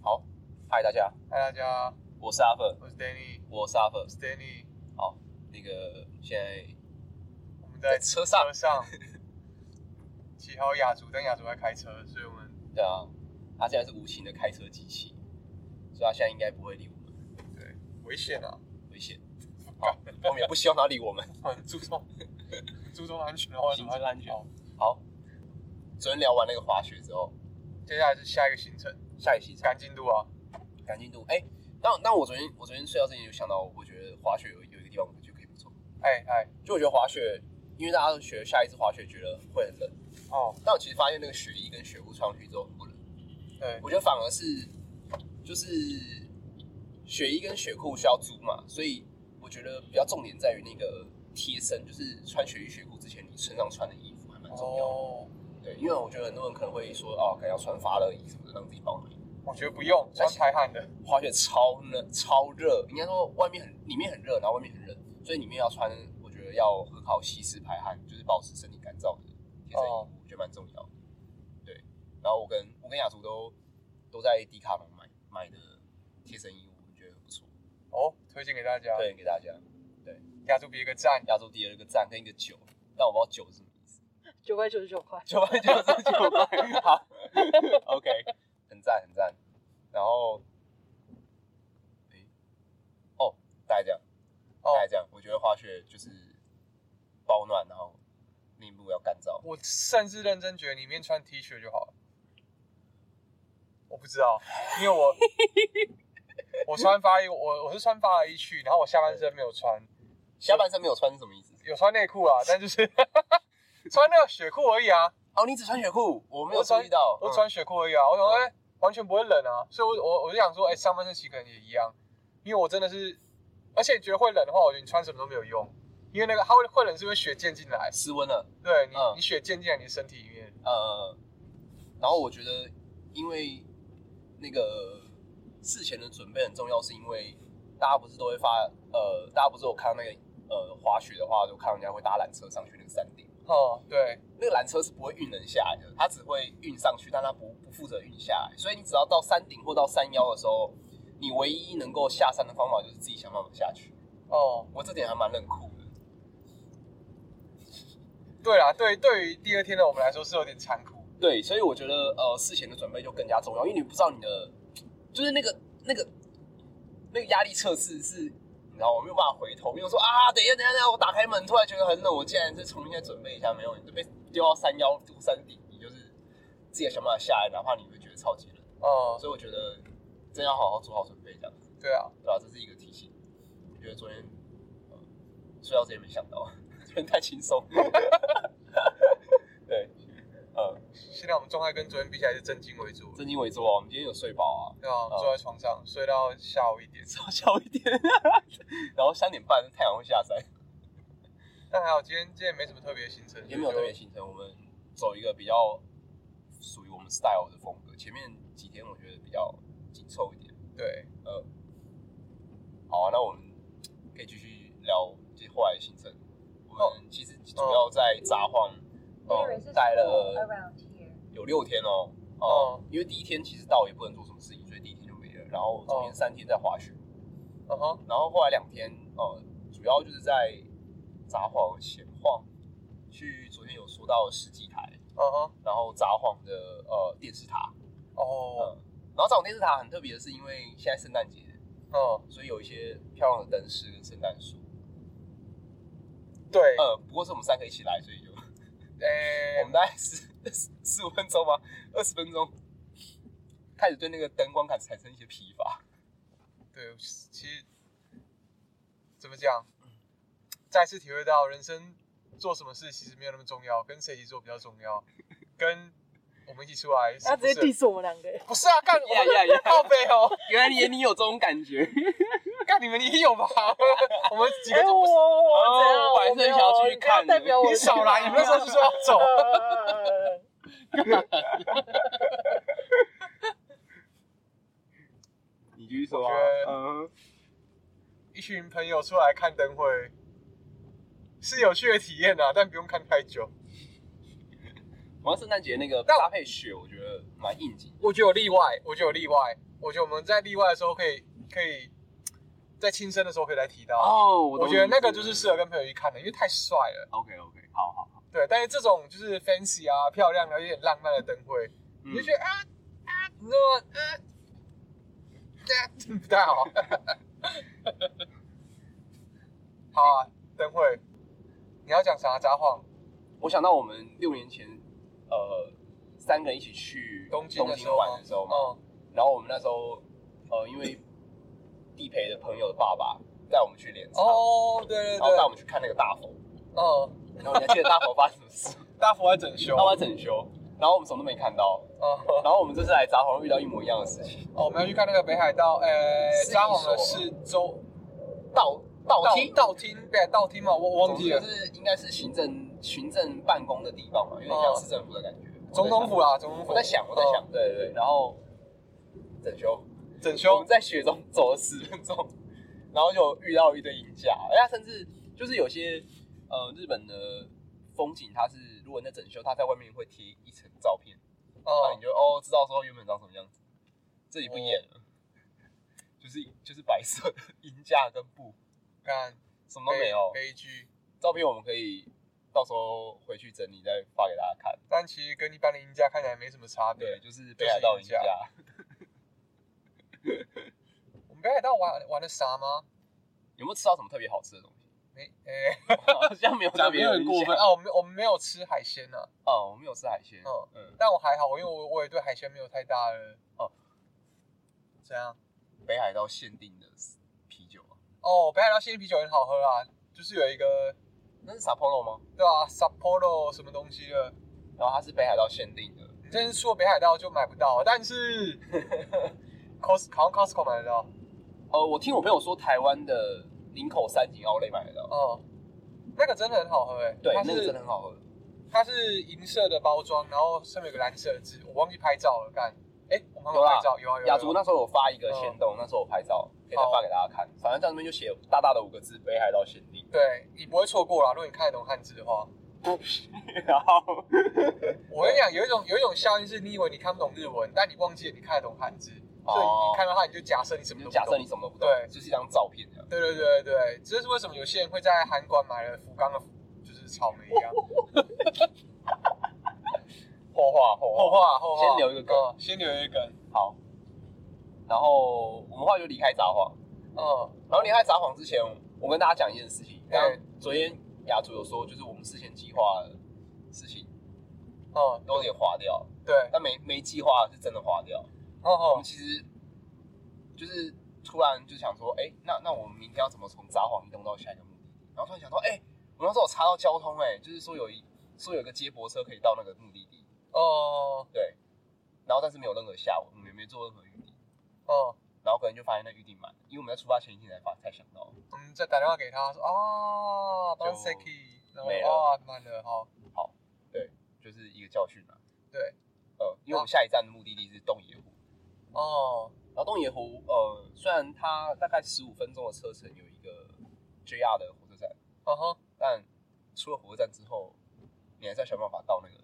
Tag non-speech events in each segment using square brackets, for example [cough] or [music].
好，嗨大家，嗨，大家，我是阿粉，我是 Danny，我是阿粉我。是 Danny，好，那个现在我们在在车上车，上 [laughs] 骑好雅竹，但雅竹在开车，所以我们对啊，他现在是无情的开车机器，所以他现在应该不会理我们，对危险啊，[laughs] 危险。好，我们也不希望他理我们。很注重 [laughs] 注重安全的话，行车怎么安全好好，昨天聊完那个滑雪之后，接下来是下一个行程，下一期才赶进度啊，赶进度。哎、但但我昨天我昨天睡觉之前就想到，我觉得滑雪有有一个地方我觉得可以不错，哎哎就我觉得滑雪，因为大家都学下一次滑雪觉得会很冷，哦，但我其实发现那个雪衣跟雪裤穿上去之后很不冷。对我觉得反而是就是雪衣跟雪裤需要租嘛，所以我觉得比较重点在于那个贴身，就是穿雪衣雪裤之前你身上穿的衣服还蛮重要的。哦，对，因为我觉得很多人可能会说哦，可能要穿发热衣什么的让自己保暖。我觉得不用穿排汗的，滑雪超冷超热，应该说外面很里面很热，然后外面很冷，所以里面要穿，我觉得要很好吸湿排汗，就是保持身体干燥的贴身衣哦服，我觉得蛮重要的。对，然后我跟我跟雅竹都都在迪卡侬买买的贴身衣物，我觉得很不错，哦，推荐给大家，推荐给大家。雅竹比一个赞，亚洲第二个赞跟一个九，但我不知道九是什么意思，九百九十九块，九万九十九块，好，OK，很赞很赞。然后，诶、哦，大概这样。哦大，概这样。我觉得滑雪就是保暖，然后内部要干燥。我甚至认真觉得里面穿 T 恤就好了。我不知道，因为我我穿发衣，我我是穿发衣去，然后我下半身没有穿，下半身没有穿是什么意思？有穿内裤啊，但就是 [laughs] 穿那个雪裤而已啊，哦，你只穿雪裤，我没有我注穿意到。我嗯穿雪裤而已啊，我想说哎、完全不会冷啊，所以我我我就想说，哎、上半身其实可能也一样，因为我真的是，而且觉得会冷的话，我觉得你穿什么都没有用，因为那个它会会冷是因为雪溅进来，失温了。对你、嗯你雪溅进来你的身体里面，呃，然后我觉得，因为那个事前的准备很重要，是因为大家不是都会发呃，大家不是有看那个呃滑雪的话，就看人家会搭缆车上去那个山顶。哦、对，那个缆车是不会运人下来的，它只会运上去，但它不不负责运下来。所以你只要到山顶或到山腰的时候，你唯一能够下山的方法就是自己想办法下去。哦、我这点还蛮认酷的，对啦，对，对于第二天的我们来说是有点残酷。对，所以我觉得呃事前的准备就更加重要，因为你不知道你的就是那个那个那个压力测试是，你知道我没有办法回头，没有说啊等一下等一下等一下，我打开门突然觉得很冷，我竟然是重新再准备一下，没有，你就被丢到山腰或山顶，你就是自己想办法下来，哪怕你会觉得超级冷。哦、所以我觉得真要好好做好准备，这样子，对啊，对吧、这是一个提醒。我觉得昨天呃睡觉之前没想到， [laughs] 昨天太轻松。 [laughs] 对，呃，现在我们状态跟昨天比起来是正襟危坐，正襟危坐啊，我们今天有睡饱啊，对啊，坐在床上睡到下午一 [laughs] 点，稍小一点，然后三点半太阳会下山，但还好今天今天没什么特别的行程，也没有特别行程，我们走一个比较属于我们 style 的风格。前面几天我觉得比较紧凑一点。对，好、啊，那我们可以继续聊接后来的行程。我们其实主要在札幌，哦、待了 around here。有六天哦，哦、哦因为第一天其实到也不能做什么事情，所以第一天就没了。然后中间三天在滑雪，嗯哼，然后后来两天，呃，主要就是在札幌闲晃，去昨天有说到世纪台，嗯哼，然后札幌的呃电视塔，哦，嗯，然后札幌电视塔很特别的是，因为现在圣诞节，嗯，所以有一些漂亮的灯饰跟圣诞树。对，呃，不过是我们三个一起来，所以就嗯我诶，们大概十 [laughs] 十五分钟吧，二十分钟，开始对那个灯光感产生一些疲乏。对，其实怎么讲，再次体会到人生做什么事其实没有那么重要，跟谁一起做比较重要，跟我们一起出来是他不直接是？ diss 我们两个，不是啊，干我们 [laughs] 呀呀！靠背哦，原来你你有这种感觉，干你们也有吧？我们几个哎就我不是我怎样？我哦还是很想要没有去看你不要代表我，你少来，你们那时候就说要走。呃你继续说啊我觉得嗯，一群朋友出来看灯会，是有趣的体验啊，但不用看太久。我要圣诞节那个但我搭配雪，我觉得蛮应景。我觉得有例外，我觉得有例外，我觉得我们在例外的时候可以可以在亲身的时候可以来提到。哦，我觉得那个就是适合跟朋友去看的，因为太帅了。 OK OK，好好好，对，但是这种就是 fancy 啊、漂亮的、有点浪漫的灯会，嗯你就觉得啊啊，你知道吗？啊，啊 [laughs] 不太好。好啊，灯会，你要讲啥？札幌我想到我们六年前，呃，三个人一起去东京京的时候吗玩的时候嘛，嗯哦，然后我们那时候，呃，因为地陪的朋友的爸爸带我们去镰仓，哦，对对然后带我对，们去看那个大佛，哦，然后你还记得大佛发生什么 [laughs] 事？大佛在整修他，们在整修，然后我们什么都没看 [laughs] 到，哦然后我们这次来札幌遇到一模一样的事情，哦，我们要去看那个北海道，呃，是一札幌的所是周倒倒梯。道厅，对，道厅嘛，我忘记了就，是应该是行政行政办公的地方嘛，有点像市政府的感觉。哦总统府哦啊，啦，总统府。我在想，我在想，对对对，然后整修，整我修们，在雪中走了十分钟，然后就遇到一堆银架，人家甚至就是有些呃日本的风景，它是如果你在整修，它在外面会贴一层照片，那哦你，就哦知道说原本长什么样子，这里不演了，就是就是白色的银架跟布，看什么都没有。悲剧。照片我们可以到时候回去整理再发给大家看。但其实跟一般的赢家看起来没什么差别。对，就是北海道赢家 [laughs] 就是，我们北海道玩玩的啥吗？有没有吃到什么特别好吃的东西？ [laughs] 没，诶，好像没有特别印象啊！我们我们没有吃海鲜啊，哦，我们有吃海鲜。嗯嗯，但我还好，因为我我也对海鲜没有太大的哦。怎样？北海道限定的啤酒啊，哦，北海道鲜啤酒很好喝啊，就是有一个那是 Sapporo 吗？对啊，Sapporo 什么东西的，然后它是北海道限定的，你真是说北海道就买不到，啊但是 [laughs] Cos 好像 Costco 买得到。呃，我听我朋友说台湾的林口三井奥莱买得到，哦，那个真的很好喝诶，对它，那个是真的很好喝。它是银色的包装，然后上面有个蓝色的字，我忘记拍照了，干，诶，我们还有啦拍照，有啊有啊有啊雅竹那时候有发一个行动，那时候我拍照，可以再发给大家看。反正上面就写大大的五个字“北海道限定”。 [laughs] 对你不会错过啦，如果你看得懂汉字的话。然 [laughs] 后，我跟你讲，有一种有一种效应是，你以为你看不懂日文，但你忘记了你看得懂汉字，哦所以你看到它你就假设你什么就都不假懂。设你什么都不懂，对就是一张照片这样。对对对对，这是为什么有些人会在韩馆买了福冈的，就是草莓一样。后话后哦后话后话，先留一个梗嗯先留一个梗。好。然后我们后来就离开札幌，嗯，然后离开札幌之前，我跟大家讲一件事情。对刚刚昨天雅竹有说，就是我们事先计划的事情哦，都有点划掉，对，但没没计划的是真的划掉。哦我哦们，其实就是突然就想说，哎，那那我们明天要怎么从札幌移动到下一个目的地？然后突然想说，哎，我那时候有查到交通、哎，就是说有一说有一个接驳车可以到那个目的地，哦对。然后但是没有任何下文，我们也没做任何预定。哦，然后可能就发现那预定满，因为我们在出发前一天才发才想到，我们嗯再打电话给他说啊 b 就 a n s e k i 然后没了啊，满了，好，就是一个教训啊。对，呃，因为我们下一站的目的地是洞爷湖，哦，然后洞爷湖，呃，虽然它大概十五分钟的车程有一个 JR 的火车站，哦吼，但出了火车站之后，你还是要想办法到那个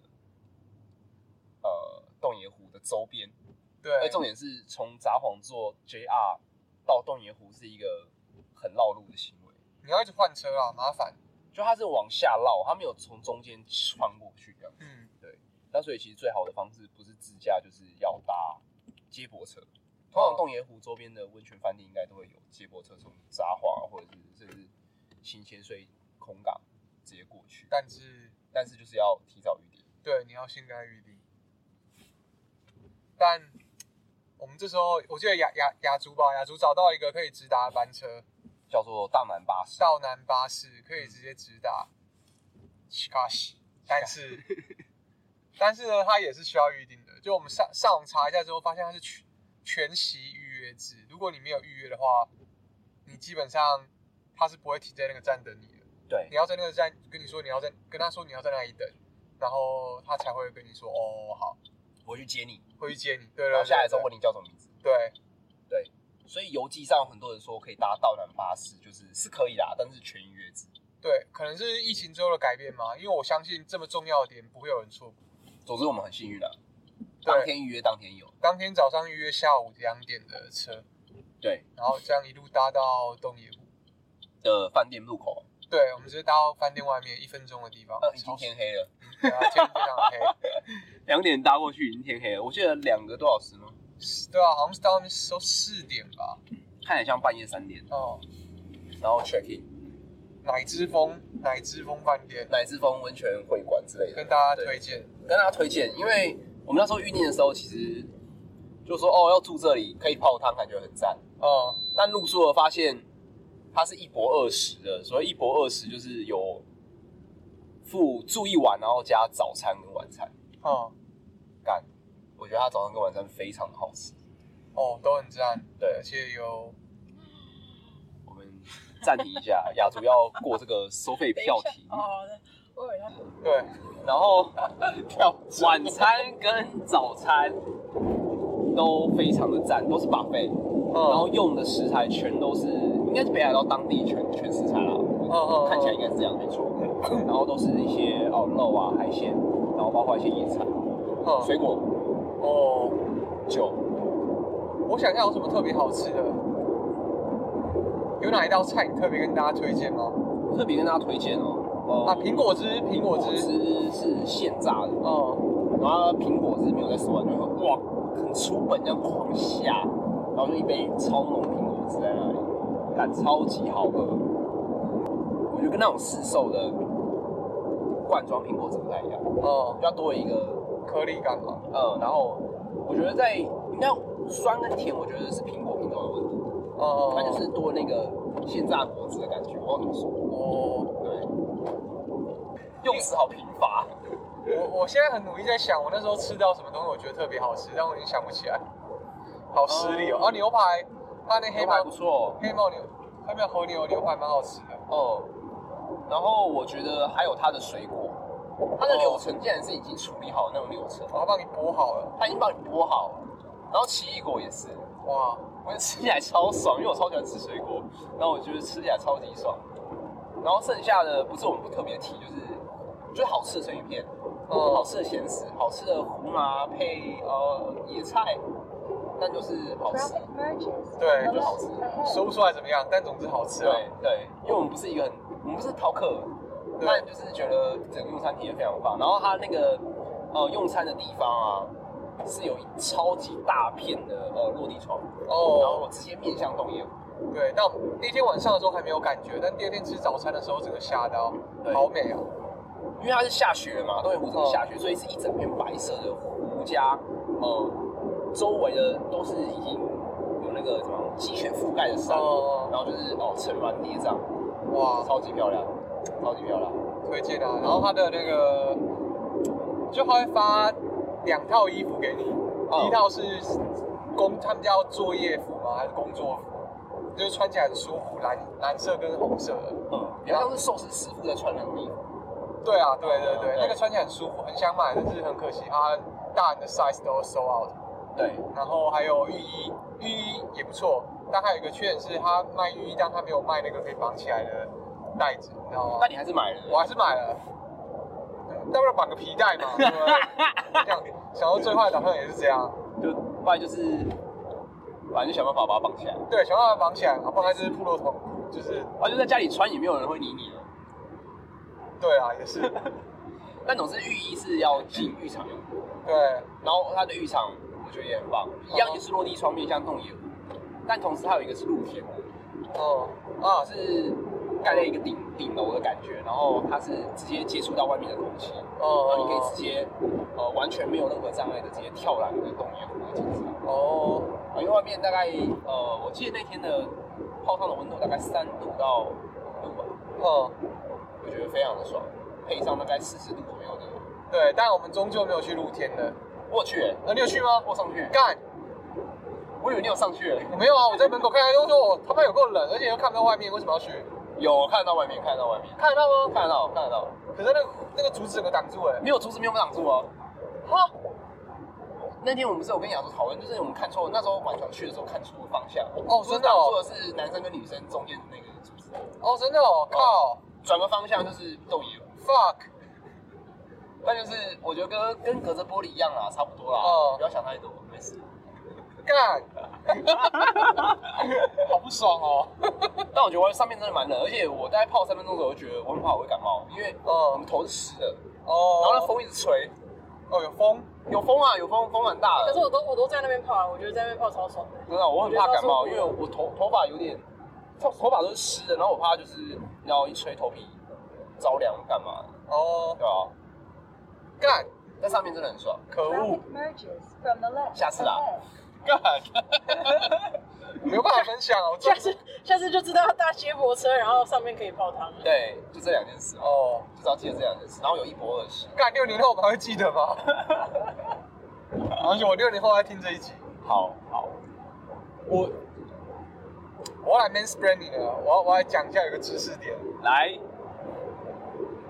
呃洞爷湖的周边。而对，重点是从札幌坐 JR 到洞爷湖是一个很绕路的行为，你要一直换车啊，麻烦，就它是往下绕，它没有从中间穿过去这样。嗯，那所以其实最好的方式不是自驾，就是要搭接驳车。通哦常洞爷湖周边的温泉饭店应该都会有接驳车从札幌啊或者是甚至新千岁空港直接过去，但是但是就是要提早预定。对，你要心甘于定。但我们这时候，我记得雅雅雅竹吧，雅竹找到一个可以直达的班车，叫做大南巴士。少南巴士可以直接直达。しかし，但是 [laughs] 但是呢，它也是需要预定的。就我们上上网查一下之后，发现它是全全席预约制。如果你没有预约的话，你基本上它是不会停在那个站等你的。对你，要在那个站跟你说你要在跟他说你要在那里等，然后他才会跟你说哦好，我去接你，会去接你。对对然后下来之后对问你叫什么名字。对所以游记上有很多人说可以搭道南巴士，就是是可以啦，但是全约制。对，可能是疫情之后的改变嘛，因为我相信这么重要的点不会有人错过。总之我们很幸运啦，当天预约当天有，当天早上预约下午两点的车，对然后这样一路搭到东野湖。的饭店入口，对，我们直接搭到饭店外面一分钟的地方呃，，已经超天黑了，对啊，天非常黑。两点搭过去已经天黑了，我记得两个多小时吗？对啊，好像是到那时候四点吧。看起来像半夜三点，哦，然后 check in 奶之峰，奶之峰饭店乃至峰温泉会馆之类的，跟大家对推荐。跟大家推荐，因为我们那时候预定的时候，其实就说哦要住这里可以泡汤，感觉很赞。哦，但入住了发现它是一博二十的，所以一博二十就是有付住一晚，然后加早餐跟晚餐。哦，干，我觉得它早餐跟晚餐非常好吃。哦，都很赞。对而且有我们暂停一下，雅竹要过这个收费 [laughs] 等一票下题，哦，我以为他对然后 [laughs] 晚餐跟早餐都非常的赞，都是 buffet。然后哦，用的食材全都是，应该是北海道当地全全食材啦，哦哦看起来应该是这样没错。然后都是一些哦肉啊、海鲜，然后包括一些野菜、哦水果、哦，酒。我想一下有什么特别好吃的，有哪一道菜你特别跟大家推荐吗？特别跟大家推荐哦，哦啊，苹果汁，苹果果汁，汁是现榨的，哦，然后苹果汁没有在手完就很哇，很出本这样狂下，然后就一杯超浓苹果汁在那里，感超级好喝。我觉得跟那种市售的罐装苹果汁不太一样，比哦，较多一个颗粒感嘛，呃，然后我觉得在应该酸跟甜，我觉得是苹果品种的问题，哦，它就是多那个现榨果汁的感觉，我不知道怎么说。哦，对，用词好贫乏。我我现在很努力在想，我那时候吃到什么东西，我觉得特别好吃，但我已经想不起来，好失礼哦。哦啊，牛排，它那黑黑毛白不错黑毛牛，黑毛和牛牛排蛮好吃的。哦、然后我觉得还有它的水果，它的流程竟然是已经处理好的那种流程，我帮你剥好了，它已经帮你剥好了。然后奇异果也是，哇，我吃起来超爽，因为我超喜欢吃水果，然后我觉得吃起来超级爽。然后剩下的不是我们不特别提，就是就是好吃的生鱼片，嗯哦好吃的咸食，好吃的胡麻配呃野菜，但就是好吃。对就好吃说不出来怎么样，但总之好吃啊。对对，因为我们不是一个很，我们不是饕客，对但就是觉得整个用餐体验非常棒。然后它那个呃用餐的地方啊，是有一超级大片的呃落地窗，然后哦，我直接面向东野湖。对，那我们第一天晚上的时候还没有感觉，但第二天吃早餐的时候，整个吓到，对好嗯美啊！因为它是下雪嘛，东野湖整个下雪，所以是一整片白色的湖加，嗯呃，周围的都是已经有那个什么积雪覆盖的山，哦，然后就是哦层峦叠嶂，哇，超级漂亮，超级漂亮。推荐啊！然后他的那个，就他会发两套衣服给你，哦第一套是工，他们叫作业服吗？还是工作服？就是穿起来很舒服，蓝蓝色跟红色的。嗯，比较像是寿司师傅在穿那种衣服。对啊，对对对，哦对那个穿起来很舒服，很想买，但是很可惜啊，大人的 size 都 sold out。对，然后还有浴衣，浴衣也不错，但还有一个缺点是他卖浴衣，但他没有卖那个可以绑起来的袋子，你知道吗那？你还是买了？我还是买了，嗯大不了绑个皮带嘛，对不对？ [laughs] 这样想到最坏的打算也是这样，就不然就是，反正就想办法把它绑起来，对，想办法绑起来，不然就是破落桶，就是啊，就在家里穿也没有人会理你了。对啊，也是但总之浴衣是要进浴场用，对，啊然后它的浴场我觉得也很棒，一样就是落地窗面向洞野湖，但同时它有一个是露天的，哦啊是盖在一个顶顶楼的感觉，然后它是直接接触到外面的空气，然后你可以哦直接呃完全没有任何障碍的直接跳栏的洞野湖的景色。哦啊，因为外面大概呃，我记得那天的泡汤的温度大概三度到五度吧，哦，我觉得非常的爽，配上大概四十度左右的。对，但我们终究没有去露天的，我去、呃，你有去吗？我上去，干，我以为你有上去了，我没有啊，我在门口看看，都说我他妈有够冷，而且又看不到外面，为什么要去？有看得到外面，看得到外面，看得到吗？看得到，看得到，可是那个那个竹子整个挡住哎、没有阻止，没有挡住哦。哈，那天我们是有跟亚洲讨论，就是我们看错，那时候晚上去的时候看错方向。哦真的哦阻止挡住的是男生跟女生中间的那个阻止，哦，真的哦，靠转个方向就是动野。 ，fuck，但就是我觉得跟跟隔着玻璃一样啊啦，差不多啦。哦不要想太多，没事。干，好不爽哦。但我觉得我上面真的蛮冷，而且我大概泡三分钟左右，觉得我很怕我会感冒，因为我哦们头是湿的，哦，然后那风一直吹，哦有风，有风啊，有风，风蛮大可是的。我都我都在那边泡了，我觉得在那边泡超爽的。真的，我很怕感冒，我因觉为得到时候我头头发有点，头头发都是湿的，然后我怕就是然后一吹头皮着凉干嘛的，哦对吧、干，在上面真的很爽，可恶， Merges from the left. 下次啦 ahead. 干，没有办法分享哦。这下次下次就知道要搭接驳车，然后上面可以泡汤了。对，就这两件事哦，哦，就只要记得这两件事，然后有一博二十，干六年后我们还会记得吗？而且我六年后还听这一集，好好，我我要来 man spread 你了，我要我要来讲一下有个知识点，来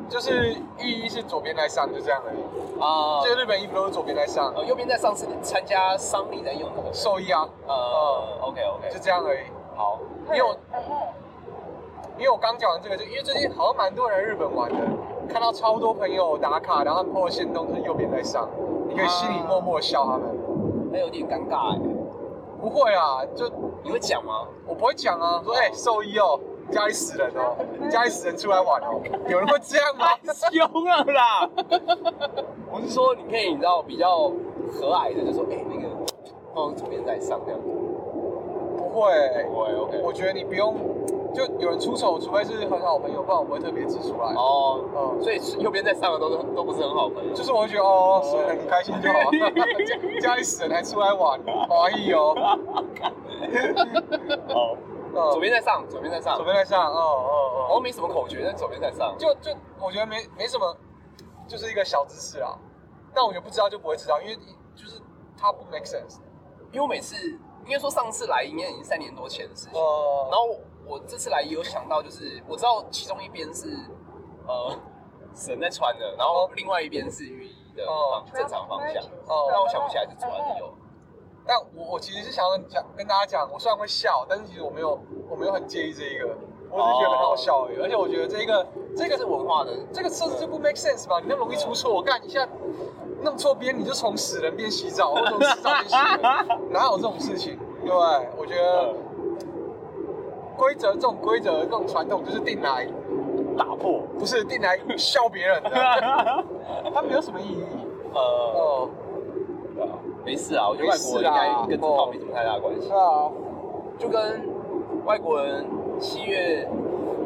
就是浴衣是左边来上，就这样而已。啊，这个日本衣服都是左边来上，呃右边在上次参加丧礼在用的，寿衣啊，呃，OK 就 OK，这样而已。好，因为我 Ahead. 因为我刚讲完这个，就因为最近好像蛮多人来日本玩的，看到超多朋友打卡，然后他们 po 的行动都是右边在上，你可以心里默默笑他们。那有点尴尬哎，不会啊，就你会讲吗？我不会讲啊，说哎兽医哦，家里死人哦，家里死人出来玩哦， [laughs] 有人会这样吗？凶了啦！ [laughs] 我是说，你可以你知道比较和蔼的，就说哎、那个放左边再上这样。不会，我 OK 我觉得你不用，就有人出手，除非是很好的朋友，不然我不会特别指出来。哦，哦，所以右边再上的都是都不是很好朋友。就是我会觉得哦，死人很开心就好， [laughs] 家家里死人还出来玩，怀疑 [laughs] 哦。 [laughs] 哦，嗯左边再上，左边再上左，边在上，哦哦好哦，像没什么口诀，但左边再上。就就我觉得没没什么，就是一个小知识啦。但我觉得不知道就不会知道，因为就是它不 make sense。因为我每次应该说上次来应该已经三年多前的事情，哦，然后我这次来也有想到，就是我知道其中一边是呃神在穿的，然后另外一边是雨衣的哦方正常方向，哦但我想不起来是左还是右。但我我其实是想要讲跟大家讲，我虽然会笑，但是其实我没有我没有很介意这一个，我只是觉得很好笑而已。而且我觉得这一个这这个个是文化的，这个设置就不 make sense 吧？你那么容易出错，我干一下弄错边，你就从死人变洗澡，或者从洗澡变死人，哪有这种事情？对，我觉得规则这种规则这种传统就是定来打破。不是定来笑别人的，它没有什么意义。呃，哦，没事啊，我觉得外国人应该跟这套没什么太大关系是，啊，就跟外国人七月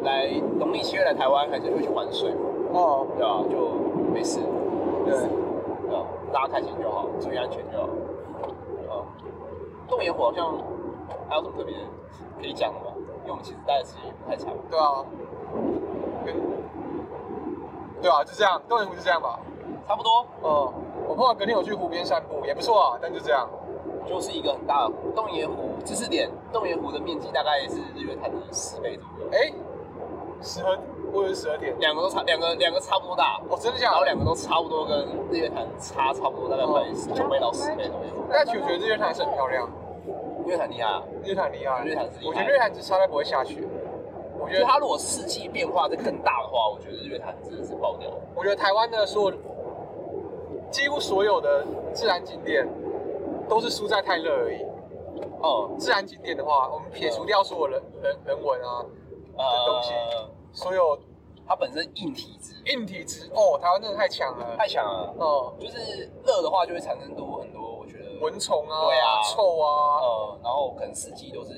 来农历七月来台湾，还是会去玩水，哦，对吧、就没事，对。对吧、大家开心就好，注意安全就好，对吧、动野火好像还有什么特别可以讲的吗？因为我们其实待的时间也不太长，对啊，跟对啊，就这样，动人湖就这样吧。差不多哦、我碰到隔天有去湖边散步，也不错啊，但就这样。就是一个很大的湖洞爷湖知识点，洞爷湖的面积大概是日月潭的十倍左右，哎，十二，我以为十二点。两个都差，两个两个差不多大。哦，真的然假后的？两个都差不多，跟日月潭差差不多，大概快九倍到十倍左右。但其实我觉得日月潭还是很漂亮，日月潭厉害啊，日月潭很厉害。日月潭是厉害我觉得日月潭只是差在不会下雪。我觉因为得它如果四季变化再更大的话，我觉得日月潭真的是爆掉。我觉得台湾的所有，几乎所有的自然景点，都是输在太热而已。嗯，自然景点的话，我们撇除掉所有人人人文啊，东西呃，所有它本身硬体质硬体质哦，台湾真的太强了。太强了，哦，就是热的话就会产生多很多，我觉得蚊虫啊，对啊臭啊，呃，然后可能四季都是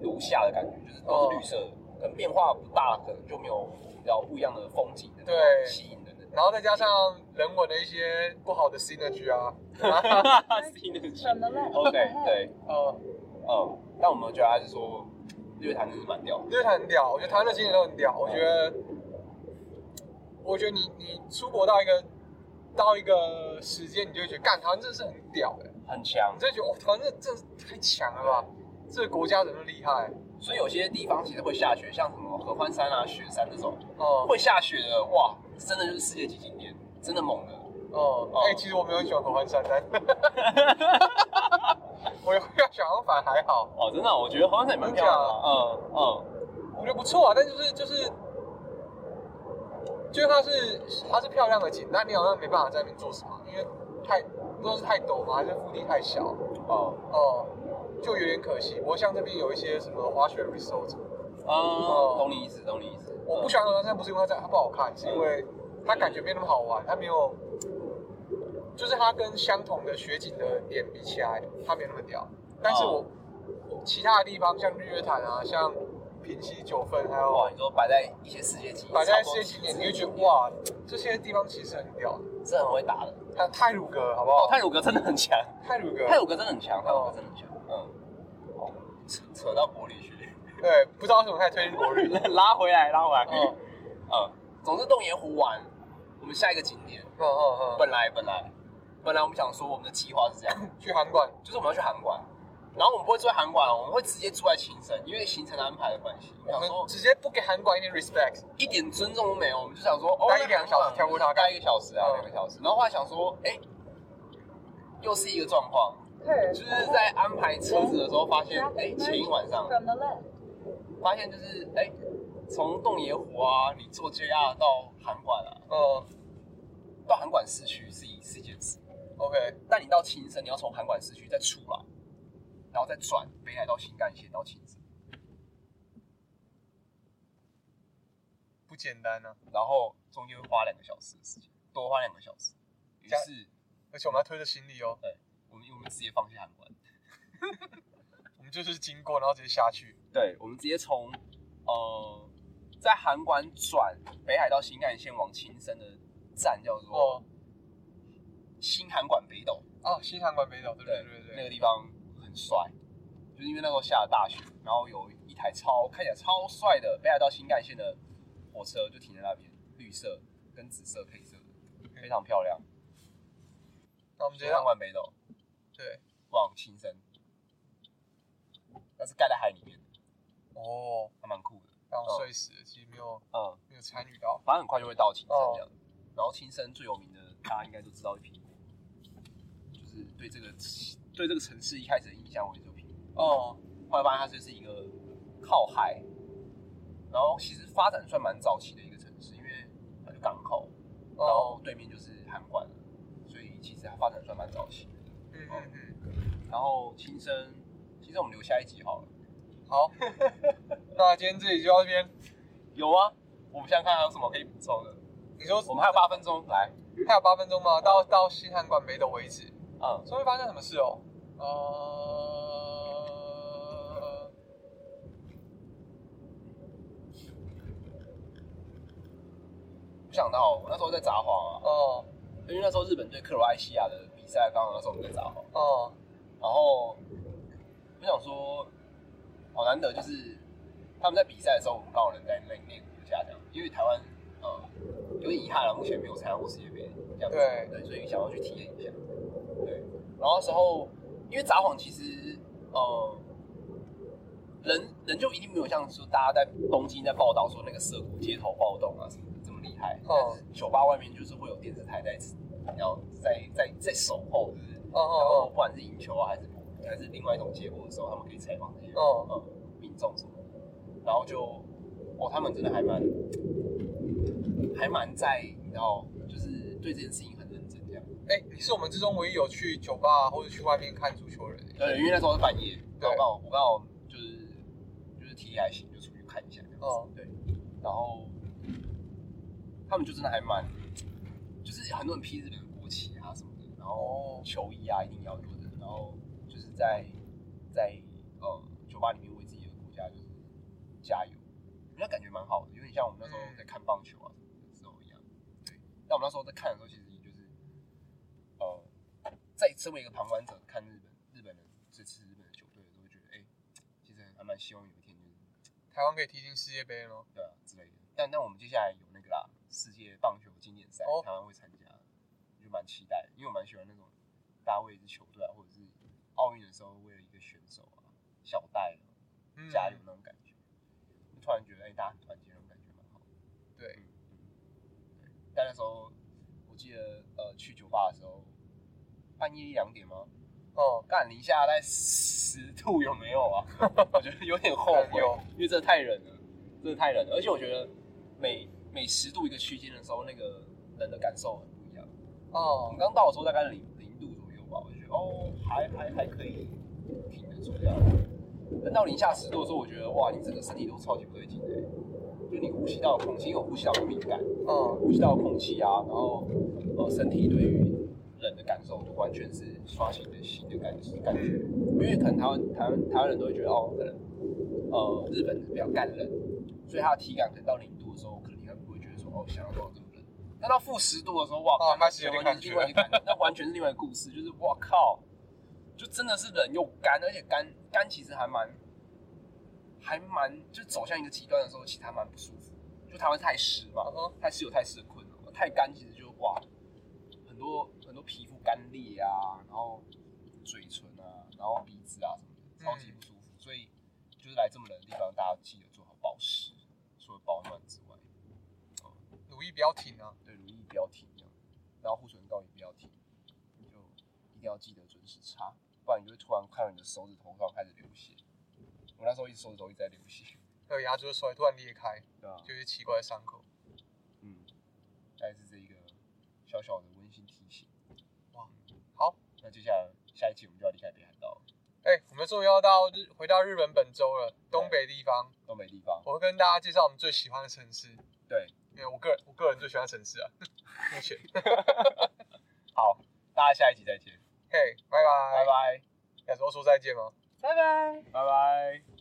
如夏的感觉，就是都是绿色的，可能变化不大，可能就没有比较不一样的风景的对吸引人的。然后再加上人文的一些不好的 synergy 啊， From the left. OK， ahead. 对。呃，嗯，但我们觉得还是说乐坛真是蛮屌的。日月潭很屌，我觉得台湾的景点都很屌，我觉得，我觉得你你出国到一个到一个时间，你就会觉得干台湾真的是很屌哎、很强你，真的觉得哦，台湾这真的是太强了吧，这个国家怎么那么厉害所以有些地方其实会下雪，像什么合欢山啊、雪山这种哦会下雪的，哇，真的就是世界级景点，真的猛的。哦哦，哎、其实我没有很喜欢合欢山， [laughs] 但我要想要反而还好。哦，真的啊、我觉得合欢山也蛮漂亮的。嗯嗯，我觉得不错啊，但就是就是就是它是它是漂亮的景，但你好像没办法在那边做什么，因为太不知道是太陡吗，还是腹地太小哦哦、就有点可惜。不过像这边有一些什么滑雪 resort，哦，懂你意思，懂你意思。嗯我不喜欢合欢山，不是因为它在它不好看，是因为它感觉没那么好玩，它没有，就是它跟相同的雪景的点比起来，它没那么屌。但是我、我其他的地方像日月潭啊，像平溪九份，还哇，有你说摆在一些世界级，摆在世界景点，你会觉得哇，这些地方其实很屌。是很会打的。还有泰鲁阁，好不哦好？，泰鲁格真的很强，泰鲁泰阁，鲁格真的很强，泰鲁格真的很强。嗯，哦，扯扯到国旅去，对，不知道为什么太推荐国旅。 [laughs] 拉回来，拉回来。哦嗯，总之洞爷湖玩，我们下一个景点，哦哦哦，本来本来本来我们想说我们的计划是这样，嗯去函馆，就是我们要去函馆，然后我们不会住在函馆哦，我们会直接住在青森，因为行程的安排的关系。我我想说们嗯直接不给函馆一点 respect。一点尊重都没有，我们就想说，哦，待一两个小时跳过它待一个小时啊，嗯两个小时。然后后来想说，哎，又是一个状况， Curve. 就是在安排车子的时候发现，哎， Traffic 前一 merging 晚上 from the left. 发现就是，哎，从洞爷湖啊，你坐 JR 到函馆啊，哦到函馆市区是一是一件事， ，OK，但你到青森，你要从函馆市区再出来，然后再转北海道新干线到青森，不简单啊。然后中间会花两个小时的时间，多花两个小时。于加是而且我们还推着行李哦，我们我们直接放弃函馆。我们就是经过，然后直接下去。对，我们直接从呃，在函馆转北海道新干线往青森的站叫做哦，新函馆北斗，啊，新函馆北岛，对对对那个对地方很帅，就是因为那时候下了大雪，然后有一台超看起来超帅的北海道新干线的火车就停在那边，绿色跟紫色配色的，非常漂亮。嗯那我们直新接函馆北斗对，往青森，那是盖在海里面的，哦，还蛮酷的。让我睡死了，其实没有嗯，没有参与到。反正很快就会到青森哦这样。然后青森最有名的，大家应该都知道是苹果，就是对这个对这个城市一开始的印象，我也是有苹果。哦，后来发现它就是一个靠海，然后其实发展算蛮早期的一个城市，因为它就港口，然后哦，对面就是函馆了，所以其实它发展算蛮早期的。嗯嗯嗯，然后青森，青森我们留下一集好了。 [laughs] 好，那今天这里就到这边。有啊，我们现在看还有什么可以补充的？你说我们还有八分钟，来，还有八分钟吗？到到新函馆北斗为止。嗯，所以会发生什么事哦？呃，我想到我那时候在札幌啊，哦因为那时候日本对克罗埃西亚的比赛，刚好那时候我们在札幌，哦，然后我想说，好难得就是他们在比赛的时候，我们刚好能在内内湖下这样，因为台湾呃有点遗憾啊了，目前没有参加过世界杯这样子，对对，所以想要去体验一下，对，然后那时候因为札幌其实呃人人就一定没有像说大家在东京在报道说那个涩谷街头暴动啊什么的这么厉害，哦酒吧外面就是会有电视台在要在在在守候，就是哦然后哦不管是赢球啊，还是还是另外一种结果的时候，他们可以采访那些哦呃民众什么的，然后就哦，他们真的还蛮还蛮在，你知道，就是对这件事情很认真这样。哎、你是我们之中唯一有去酒吧或者去外面看足球的人。呃对，因为那时候是半夜，对然后刚好我刚好就是就是体力还行，就出去看一下这样子。哦对，然后他们就真的还蛮，就是很多人披日本的国旗啊什么的，然后哦球衣啊一定要有的，然后就是在在呃酒吧里面为自己的国家就是加油，我觉得感觉蛮好的，有点像我们那时候嗯在看棒球啊什么的时候一样。对，但我们那时候在看的时候，其实就是呃。在身为一个旁观者看日本日本人支持日本的球队，都会觉得，哎、其实还蛮希望有一天就是台湾可以踢进世界杯了吗？对啊之类的。但但我们接下来有那个啦，世界棒球经典赛，哦台湾会参加，我就蛮期待的，因为我蛮喜欢那种大家为一支球队啊，或者是奥运的时候为了一个选手啊，小戴啊嗯加油那种感觉，就突然觉得，哎、大家很团结那种感觉蛮好的。对，嗯对，但那时候我记得，呃，去酒吧的时候，半夜一两点吗？哦，干零下大概十度有没有 [laughs] 啊？我觉得有点后悔有，因为真的太冷了，真的太冷了。而且我觉得每每十度一个区间的时候，那个人的感受很不一样。我哦们，刚到的时候大概零零度左右吧，我就觉得哦，还还还可以挺得住这样。等到零下十度的时候，我觉得哇，你整个身体都超级不对劲的，欸就你呼吸道的空气，因为我呼吸道很敏感，哦，呼吸道的空气啊，然后呃身体对于冷的感受，就完全是刷新的新的感感觉。因为可能台湾台湾台湾人都会觉得哦，可能呃日本比较干冷，所以它的体感可能到零度的时候，可能你还不会觉得说哦想要到这么冷。但到负十度的时候，哇，哦干那是有点完全是另外一个感觉，那完全是另外一个故事，就是哇靠，就真的是冷又干，而且干干其实还蛮还蛮，就走向一个极端的时候，其实还蛮不舒服。就台湾太湿嘛，嗯太湿有太湿的困扰，太干其实就哇，很多很多皮肤干裂啊，然后嘴唇啊，然后鼻子啊什么的，超级不舒服。所以就是来这么冷的地方，大家记得做好保湿，除了保暖之外，努力不要停啊，对乳液不要停这样，然后护唇膏也不要停，你就一定要记得准时擦，不然你就会突然看到你的手指头上开始流血。我那时候一直手指头一直在流血，还有牙周摔突然裂开，对啊就是奇怪的伤口。嗯，大概是这一个小小的温馨提醒。哇，好，那接下来下一期我们就要离开北海道了，哎、我们终于要到日回到日本本州了，东北地方，东北地方。我会跟大家介绍我们最喜欢的城市，对，因为我个人我个人最喜欢的城市啊， [laughs] 目前。好，大家下一集再见，嘿，拜拜，拜拜，要说说再见吗？哦拜拜。拜拜。